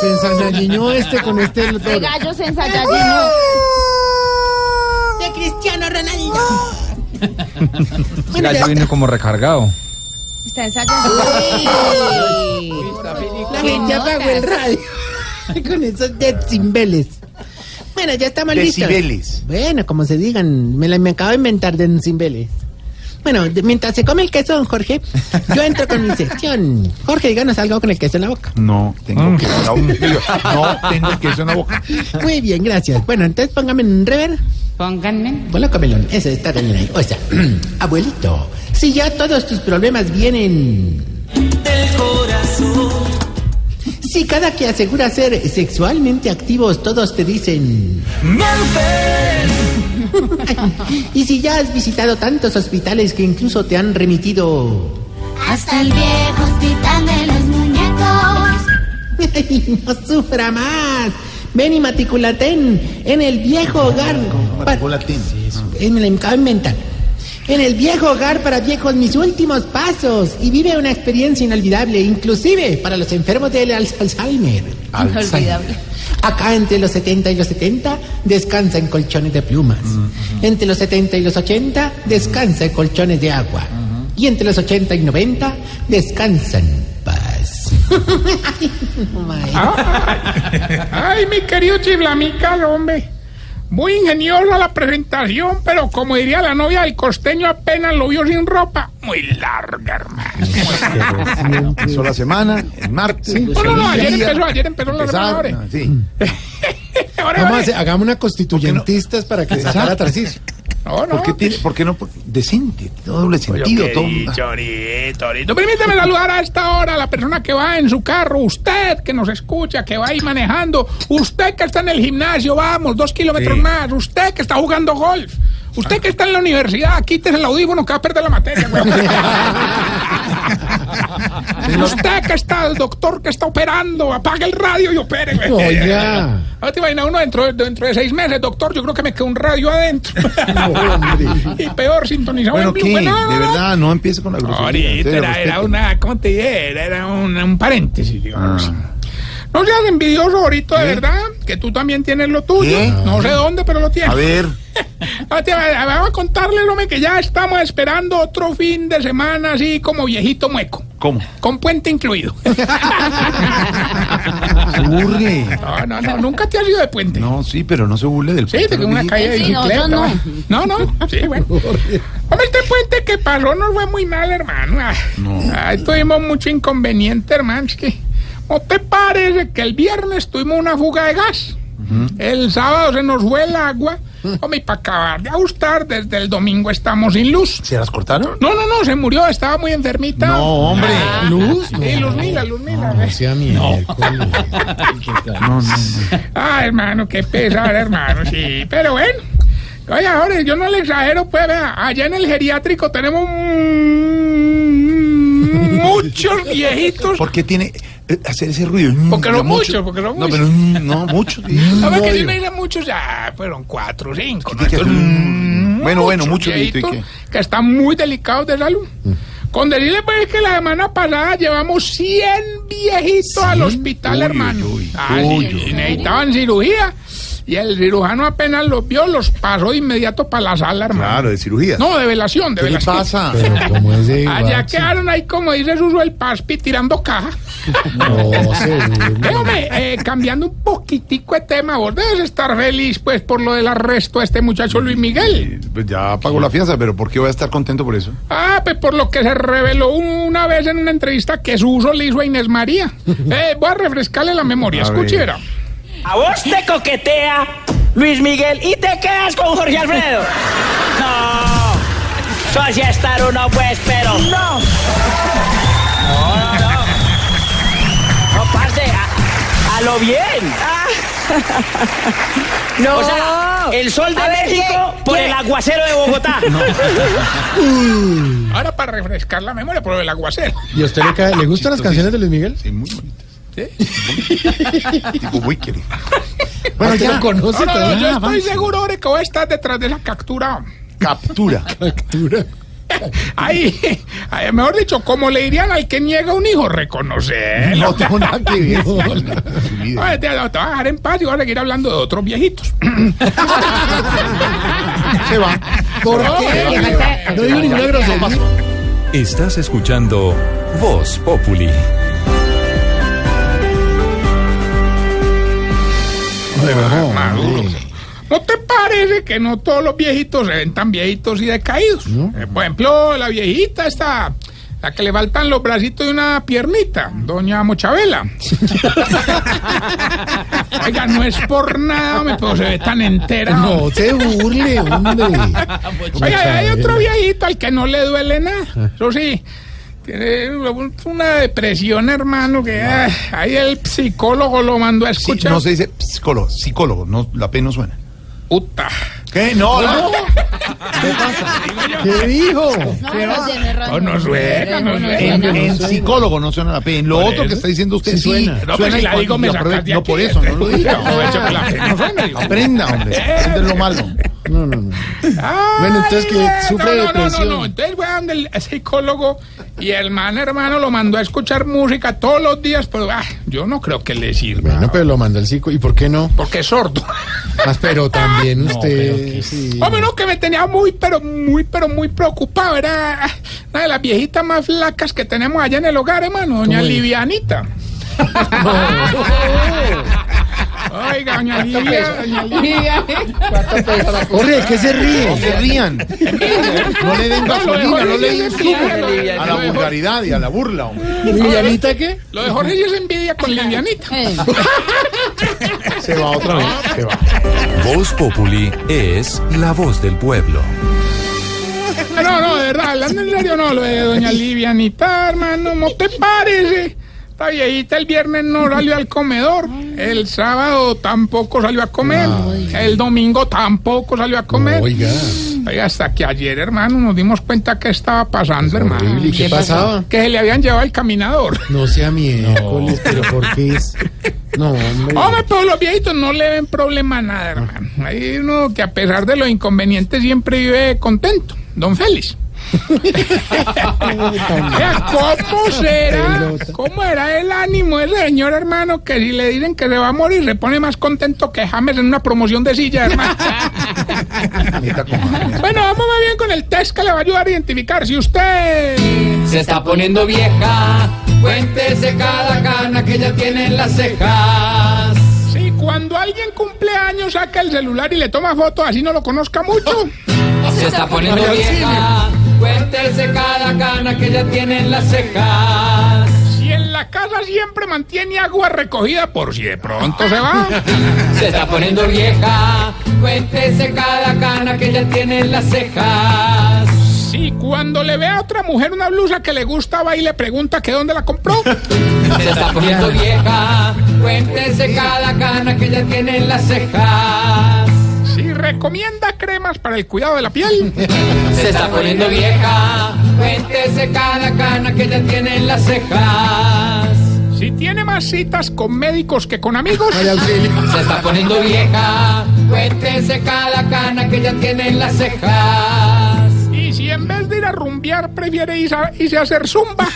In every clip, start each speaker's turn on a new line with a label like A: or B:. A: Se ensañadiñó este con este. el otro.
B: El gallo se ensayadino.
C: de Cristiano Ronaldo.
D: Ya yo vine como recargado.
B: Está ensayando.
C: La
A: Que
C: gente
A: ya apagó el radio. con esos decimbeles.
C: Bueno, ya estamos listos.
A: Decibeles. Bueno, como se digan. Me, la, me acabo de inventar de decimbeles. Bueno, de- mientras se come el queso, don Jorge, yo entro con mi sección. Jorge, díganos algo con el queso en la boca.
E: No, tengo queso en la boca. No, tengo queso en la boca.
A: Muy bien, gracias. Bueno, entonces póngame en rever.
F: Pónganme.
A: Hola, Camelón. Ese está también ahí. O sea, abuelito, si ya todos tus problemas vienen del corazón. Si cada que asegura ser sexualmente activos, todos te dicen. ¡Memphis! y si ya has visitado tantos hospitales que incluso te han remitido.
B: Hasta el viejo hospital de los muñecos.
A: ¡Ay, no sufra más! Ven y matriculate en, en el viejo hogar. para-
E: Latín.
A: Eh, me la acabo de inventar. En el viejo hogar para viejos, mis últimos pasos. Y vive una experiencia inolvidable, inclusive para los enfermos del Al- Alzheimer.
F: Inolvidable.
A: Acá entre los 70 y los 70 descansa en colchones de plumas. Entre los 70 y los 80 descansa en colchones de agua. Y entre los 80 y 90 descansa en paz. Ay, no, mae.
G: Ay, mi querido Chiblamical, hombre. Muy ingeniosa la presentación, pero como diría la novia del costeño, apenas lo vio sin ropa. Muy larga, hermano.
E: Empezó la semana, el martes.
G: No, no, no, ayer
E: el día.
G: empezó, ayer empezó los
E: Empezaron,
G: ganadores.
E: ah, Sí.
G: Ahora,
A: Vamos a
G: vale.
A: hacer- hagamos una constituyentistas para que sacara a Tarcisio.
G: No, no.
E: ¿Por qué, tiene, ¿Por qué no? por- Decente, todo doble sentido.
G: Yo qué
E: Todo,
G: dicho, ahorita, ahorita. Permítame saludar a esta hora a la persona que va en su carro, usted que nos escucha, que va ahí manejando, usted que está en el gimnasio, vamos, dos kilómetros
E: Sí.
G: más, usted que está jugando golf, usted que está en la universidad, quítese el audífono que va a perder la materia. güey. usted que está, el doctor que está operando, apague el radio y opere. güey.
A: Oiga.
E: Ah.
G: Ahora te imaginas uno dentro, de- dentro de seis meses, doctor, yo creo que me quedó un radio adentro. y peor, sintonizado
E: Bueno,
G: en
E: ¿qué?
G: vivo. Bueno,
E: De verdad, Ah, no empiece con la grosería. en
G: Ahorita
E: serio,
G: este era, era
E: respete.
G: una, ¿cómo te dije? Era, era un, un paréntesis, digamos.
E: Ah. ¿Eh?
G: No seas envidioso, ahorita, de verdad, que tú también tienes lo tuyo.
E: ¿Qué?
G: No sé dónde, pero lo tienes.
E: ¿Eh? A ver,
G: Ah, te- a- a- Vamos a contarle, hombre, que ya estamos esperando otro fin de semana así como viejito mueco.
E: ¿cómo?
G: Con puente incluido.
E: Se burle.
G: No, no, no, nunca te has ido de puente.
E: No, sí, pero no se burle del
G: Sí, te
E: pueblo,
G: quedó una
E: dije.
G: calle de
B: Sí, no, yo
G: bicicleta.
B: no.
G: No, no, sí, bueno. Hombre, este puente que pasó nos fue muy mal, hermano. Ay,
E: No.
G: ay, tuvimos mucho inconveniente, hermano. Es que, ¿no te parece que el viernes tuvimos una fuga de gas? El sábado se nos fue el agua. Hombre, y para acabar de ajustar, desde el domingo estamos sin luz.
E: ¿Se las cortaron? Ah.
G: No, no, no, se murió, estaba muy enfermita.
E: No, hombre.
A: Luz, no.
G: Sí, Luzmila, Luzmila. eh.
A: sea miércoles.
E: No, no, no.
G: Ay, hermano, qué pesar, hermano, sí, pero bueno. Oye, ahora yo no le exagero, pues, vea, allá en el geriátrico tenemos mm, muchos viejitos.
E: ¿Por qué tiene eh, hacer ese ruido? Mm,
G: Porque
E: de
G: son muchos, porque son
E: No,
G: muchos.
E: pero mm, no, muchos. sí.
G: ¿Sabes que si uno
E: Obvio.
G: dice muchos? Ya fueron cuatro, cinco. ¿no?
E: Sí, que-
G: Estos, mm,
E: Bueno, bueno, muchos viejitos. ¿y qué? Mm.
G: que están muy delicados de salud. Con decirle, pues, que la semana pasada llevamos 100 viejitos al hospital,
E: Uy,
G: hermano.
E: uy,
G: Ah,
E: uy,
G: sí,
E: uy,
G: y necesitaban cirugía. Y el cirujano apenas los vio, los pasó de inmediato para la sala, hermano.
E: Claro, de cirugía.
G: No, de velación, de
E: ¿Qué le
G: velación.
E: pasa?
A: Pero como es de
G: Allá
A: guachi.
G: quedaron ahí, como dice Suso, el paspi tirando caja.
A: No, se-
G: Déjame, eh, cambiando un poquitico de tema, vos debes estar feliz, pues, por lo del arresto de este muchacho Luis Miguel.
E: Eh, pues ya pagó la fianza, pero ¿por qué voy a estar contento por eso?
G: Ah, pues por lo que se reveló una vez en una entrevista que su uso le hizo a Inés María. Eh, voy a refrescarle la memoria,
E: A
G: escuche,
E: ver.
G: verá.
H: A vos te coquetea Luis Miguel y te quedas con Jorge Alfredo. No. Soy estar uno pues, pero no. No, no, no.
I: pero bien.
J: No.
I: O sea, el sol de
J: A ver,
I: México
J: ¿qué?
I: por
J: ¿qué?
I: el aguacero de Bogotá.
G: Ahora para refrescar la memoria, por el aguacero.
K: ¿Y a usted le, cae- le gustan las canciones de Luis Miguel?
L: Sí, muy bonitas. Digo, güey, querido.
K: Bueno,
A: Ah,
G: Usted
K: ya lo conoce
G: No, no, no,
K: todavía.
G: yo
K: Ah,
G: estoy
K: vamos.
G: seguro ahora que voy a estar detrás de la captura.
L: Captura.
K: Captura.
G: Ahí, ahí, mejor dicho, como le dirían al que niega un hijo, reconocer.
L: No tengo nada que ver.
G: Oye, te, este, te vas a dejar en paz y vas a seguir hablando de otros viejitos.
L: Se va.
K: ¿Por
G: eh,
K: qué? No digo ninguna grosería.
E: Estás escuchando Voz Populi.
G: Maduro. ¿No te parece que no todos los viejitos se ven tan viejitos y decaídos? Eh, Por ejemplo, la viejita esta, la que le faltan los bracitos y una piernita, doña Mochabela. Oiga, no es por nada, hombre, pero se ve tan entera.
K: No, se burle, hombre.
G: Oiga, hay otro viejito al que no le duele
L: Ah.
G: nada. Eso sí. Tiene una depresión, hermano, que ah, ahí el psicólogo lo mandó a
L: Sí,
G: escuchar.
L: no se dice psicólogo, psicólogo, no, la P no suena.
G: Uta.
L: ¿Qué? No, no.
K: ¿Qué dijo?
G: No, no
M: Eh,
N: Eh,
G: suena, no
L: En,
G: suena.
L: en psicólogo no suena la P. En lo
G: Por
L: otro
G: eso.
L: que está diciendo usted
K: Sí
L: sí,
K: suena.
L: suena.
G: No, pero si
L: y
G: la
L: cuando-
G: digo me
L: y
G: sacas
L: aprove-
G: de
L: No,
G: aquí,
L: por eso, no lo
G: este.
L: diga.
G: No, échame la P, no suena, digo.
L: Aprenda, hombre.
G: Eh.
L: Aprenda lo malo.
K: No, no, no.
G: Ay,
K: Bueno, entonces, que
G: güey,
K: sufre
G: no, no,
K: depresión.
G: No, no, no, entonces voy a donde el psicólogo y el man hermano lo mandó a escuchar música todos los días, pero ah, yo no creo que le sirva.
K: Bueno, pero lo mandó el psico. ¿Y por qué no?
G: Porque es sordo.
L: Ah,
K: Mas, pero también
G: No,
K: usted. sí.
G: Hombre, no, que me tenía muy, pero muy, pero muy preocupado. Era ah, una de las viejitas más flacas que tenemos allá en el hogar, hermano, doña
K: ¿Cómo es?
G: Livianita. Oiga, doña Livia, doña Livia.
K: Corre, ¿qué se
L: No
K: ríe?
L: se rían. No le den gasolina, no le den
G: Lo de
L: azúcar. A la
G: Jorge-
L: vulgaridad y a la burla, hombre.
K: ¿Villanita qué?
G: Lo de Jorge es envidia con Livianita.
L: Eh. Se va otra vez. Se va.
E: Voz Populi es la voz del pueblo.
G: No, no, de verdad, hablando en serio, no, lo de doña Livianita, hermano, ¿no te parece? Esta viejita el viernes no salió al comedor, el sábado tampoco salió a comer, el domingo tampoco salió a comer.
K: Oiga.
G: Oiga, hasta que ayer, hermano, nos dimos cuenta que estaba pasando, hermano.
K: horrible, ¿y qué
G: Que-
K: pasaba?
G: Que se le habían llevado el caminador.
K: No sea miércoles, pero ¿por qué es? No, hombre.
G: Hombre, pero los viejitos no le ven problema a nada, hermano. Hay uno que a pesar de los inconvenientes siempre vive contento, don Félix. Vea, ¿Cómo será?
K: Pelota.
G: ¿Cómo era el ánimo de ese señor hermano que si le dicen que se va a morir se pone más contento que James en una promoción de silla, hermano? bueno, vamos más bien con el test que le va a ayudar a identificar si usted...
A: Se está poniendo vieja, cuéntese cada cana que ya tiene en las cejas.
G: Si cuando alguien cumple años saca el celular y le toma foto así no lo conozca mucho.
A: Se está poniendo
G: Vaya al
A: vieja, cuéntese cada cana que ya tiene en las cejas.
G: Si en la casa siempre mantiene agua recogida por si de pronto se va.
A: Se está poniendo vieja, cuéntese cada cana que ya tiene en las cejas.
G: Si cuando le ve a otra mujer una blusa que le gusta va y le pregunta que dónde la compró.
A: Se está poniendo vieja, cuéntese cada cana que ya tiene en las cejas.
G: Si recomienda cremas para el cuidado de la piel.
A: Se está poniendo vieja, cuéntese cada cana que ya tiene en las cejas.
G: Si tiene más citas con médicos que con amigos.
A: Se está poniendo vieja, cuéntese cada cana que ya tiene en las cejas.
G: Y si en vez de ir a rumbear prefiere irse a, irse a hacer zumba.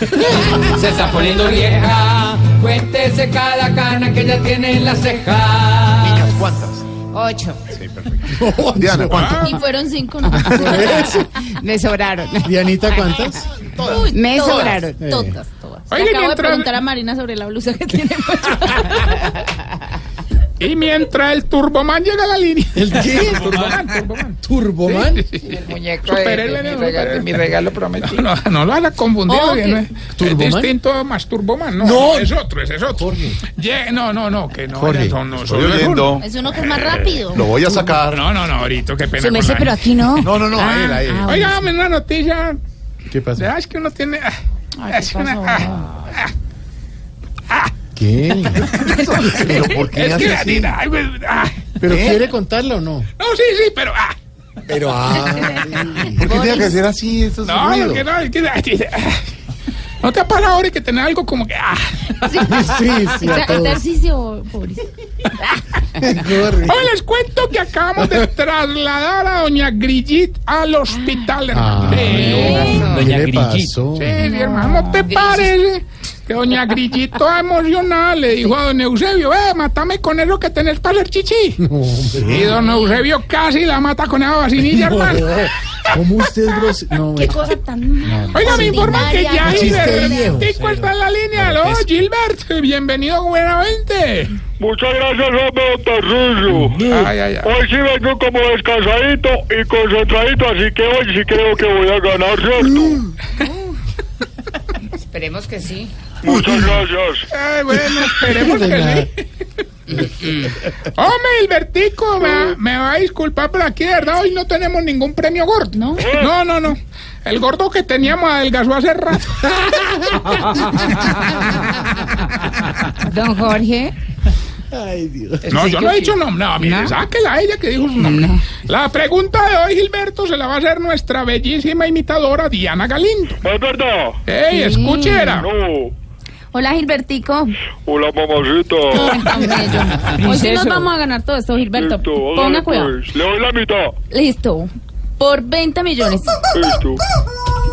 A: Se está poniendo vieja, cuéntese cada cana que ya tiene en las cejas.
L: Niñas, ¿cuántas?
B: Ocho.
L: Sí, perfecto. Diana, ¿cuántas?
N: Y fueron cinco. ¿no?
B: Ah, Me sobraron.
K: ¿Dianita cuántas?
N: Uy,
B: Me
N: todas,
B: sobraron.
N: Todas, todas. Le acabo
G: Oye,
N: de
G: mientras-
N: preguntar a Marina sobre la blusa que tiene.
G: Y mientras el Turboman llega a la línea.
K: ¿El qué?
G: Turboman, Turboman.
K: ¿Turboman?
A: Muñeco,
G: Superhéroe, ¿no?
A: prometido.
G: No, no, no lo haga confundido.
B: Oh,
G: que
B: ok.
G: no es, es
K: ¿Turboman?
G: distinto a Masturboman. No,
K: No.
G: es otro, ese es otro. Ye- no, no, no, que no.
K: Jorge,
G: no, no,
L: Estoy
G: solo es
L: oyendo.
G: uno.
N: Es uno que es más rápido.
L: Lo voy a sacar.
G: No, no, no, ahorita, qué pena.
B: Su
G: con
B: merced,
G: la-
B: pero aquí no.
L: No, no, no, a
N: Ah,
L: él, a él.
G: Oiga, dame una noticia.
K: ¿Qué
G: ¿Verdad?
K: pasa?
G: Es que uno tiene. ah, es una- ah, ah, ah.
M: qué?
E: ¿Pero por qué
G: Es que
E: hace
G: la
E: así?
G: nena, ay, güey, ah.
M: ¿Pero
G: ¿Eh?
M: quiere contarlo o no?
G: No, sí, sí, pero... ah.
M: Pero, ah,
E: ¿Por qué tiene que ser así estos
G: No,
E: ruidos?
G: lo que no, es que... ay, dice, ah. ¿No te ha parado ahora que tenés algo como que... ah?
M: sí, sí, a
N: Está-
M: todos.
N: Ejercicio, pobrecito.
M: Corre.
G: Hoy les cuento que acabamos de trasladar a doña Grigit al hospital,
A: Ah,
G: hermano.
M: Ay,
G: Sí.
M: no, ¿Qué le pasó?
G: Sí, sí, hermano, ¿te parece que doña Grigit toda emocionada le dijo a don Eusebio, eh, matame con eso que tenés para hacer chichi? Y don Eusebio casi la mata con esa vacinilla, hermano.
M: ¿Cómo usted es gros- No,
N: Qué
M: bueno.
N: cosa tan.
G: Oiga, me informan que ya
N: Ordinaria.
M: Chiste viejo.
G: Gilbertico está en la línea. Aló, Gilbert, bienvenido, buenamente.
D: Muchas gracias, hombre, don Tarcillo.
G: Ay, ay, ay.
D: Hoy sí vengo como descansadito y concentradito, así que hoy sí creo que voy a ganar,
G: Mm.
D: ¿cierto?
O: Esperemos que sí.
D: Muchas gracias.
G: Ay, bueno, esperemos que sí. Hombre, Albertico, me, me va a disculpar, pero aquí de verdad hoy no tenemos ningún premio gordo. No, no, no. no. El gordo que teníamos adelgazó hace rato.
N: Don Jorge.
M: Ay, Dios.
G: No, yo no he dicho nombre. No, mire, sáquela a ella que dijo su nombre. La pregunta de hoy, Gilberto, se la va a hacer nuestra bellísima imitadora Diana Galindo.
D: ¿Es verdad?
G: ¡Ey, escuchera!
D: No.
N: Hola, Gilbertico.
D: Hola, mamacita.
N: Hoy sí nos vamos a ganar todo esto, Gilberto.
D: Listo, hágale,
N: Ponga cuidado.
D: pues. Le doy la mitad.
N: Listo. Por 20 millones.
D: Listo.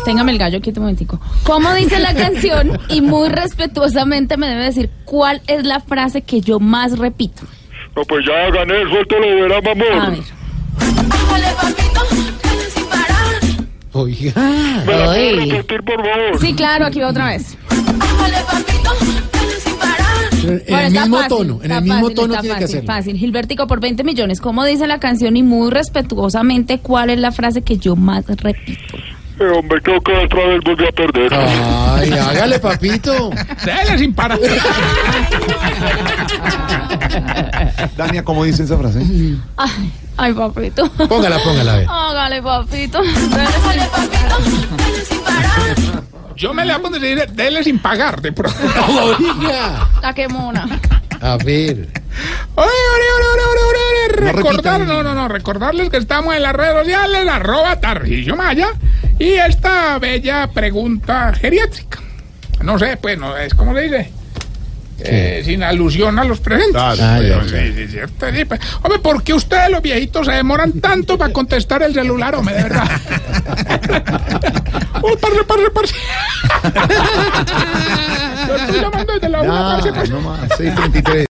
N: Téngame el gallo quieto un momentico. ¿Cómo dice la canción? Y muy respetuosamente me debe decir cuál es la frase que yo más repito.
D: No, pues ya gané, suéltalo, verá,
N: A ver.
D: mamón.
M: Oiga.
D: ¿Me la puede
N: Ay.
D: repetir, por favor?
N: Sí, claro, aquí va otra vez.
M: En
N: Bueno,
M: el
N: está
M: mismo
N: fácil,
M: tono, en
N: está
M: el mismo
N: fácil,
M: tono
N: está
M: tiene que
N: fácil,
M: hacerlo.
N: Fácil, Gilbertico, por 20 millones. ¿Cómo dice la canción? Y muy respetuosamente, ¿cuál es la frase que yo más repito?
D: Eh, hombre, creo que otra vez volví a perder.
M: Ay, hágale, papito.
G: Dele sin parar.
E: Dania, ¿cómo dice esa frase?
N: Ay, ay papito.
M: Póngala, póngala, a ver.
N: Hágale, papito.
G: Yo me la pondré decir, dele sin pagar, de pronto.
M: Oiga.
N: La que mona.
M: A ver.
G: Ore, ore, ore, ore, ore, ore, ore.
M: No
G: Recordar,
M: repitan.
G: no, no, no, recordarles que estamos en las redes sociales, arroba Tarcillo Maya, y esta bella pregunta geriátrica. No sé, pues, no es como le dice. Eh, sin alusión a los presentes.
M: Claro,
G: Sí,
M: claro,
G: sí,
M: claro.
G: sí, cierto, sí, pues. Hombre, ¿por qué ustedes los viejitos se demoran tanto para contestar el celular, hombre? De verdad. Uy, parce, parce, parce. Yo estoy llamando desde la una, parce, pues. parce.
E: no más, 633.